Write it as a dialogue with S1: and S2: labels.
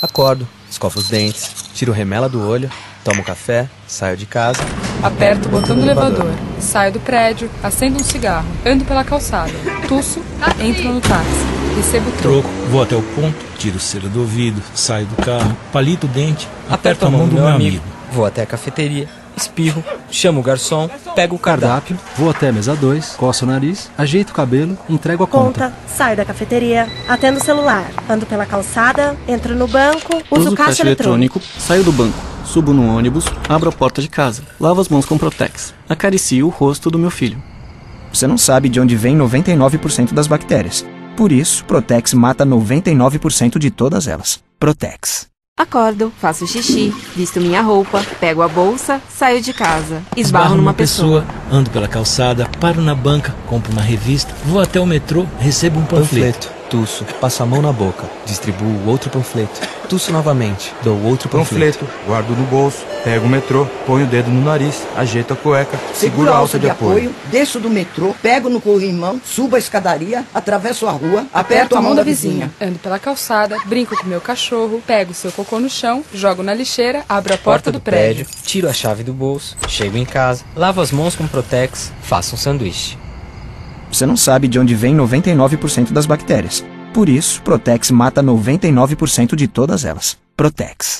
S1: Acordo, escovo os dentes, tiro remela do olho, tomo café, saio de casa.
S2: Aperto o botão do elevador, saio do prédio, acendo um cigarro, ando pela calçada, tuço, entro no táxi, recebo o troco.
S3: Troco, vou até o ponto, tiro cera do ouvido, saio do carro, palito o dente,
S4: Aperto
S3: aperto a mão do meu amigo.
S4: Vou até a cafeteria, espirro, chamo o garçom, pego o cardápio.
S5: Cardápio, vou até a mesa 2, coço o nariz, ajeito o cabelo, entrego a conta.
S6: Conta, saio da cafeteria, atendo o celular, ando pela calçada, entro no banco, uso,
S7: Uso o caixa eletrônico, saio do banco, subo no ônibus, abro a porta de casa, lavo as mãos com Protex, acaricio o rosto do meu filho.
S8: Você não sabe de onde vem 99% das bactérias. Por isso, Protex mata 99% de todas elas. Protex.
S9: Acordo, faço xixi, visto minha roupa, pego a bolsa, saio de casa, esbarro numa pessoa.
S3: ando pela calçada, paro na banca, compro uma revista, vou até o metrô, recebo um panfleto.
S1: Panfleto, tuço, passo a mão na boca, distribuo outro panfleto, tuço novamente, dou outro panfleto.
S10: Panfleto, guardo no bolso, pego o metrô, ponho o dedo no nariz, ajeito a cueca, seguro a alça de apoio.
S11: desço do metrô, pego no corrimão, subo a escadaria, atravesso a rua, aperto a mão da vizinha.
S2: Ando pela calçada, brinco com meu cachorro, pego seu cocô no chão, jogo na lixeira, abro a porta do prédio.
S4: tiro a chave do bolso, chego em casa, lavo as mãos com Protex, faço um sanduíche.
S8: Você não sabe de onde vem 99% das bactérias. Por isso, Protex mata 99% de todas elas. Protex.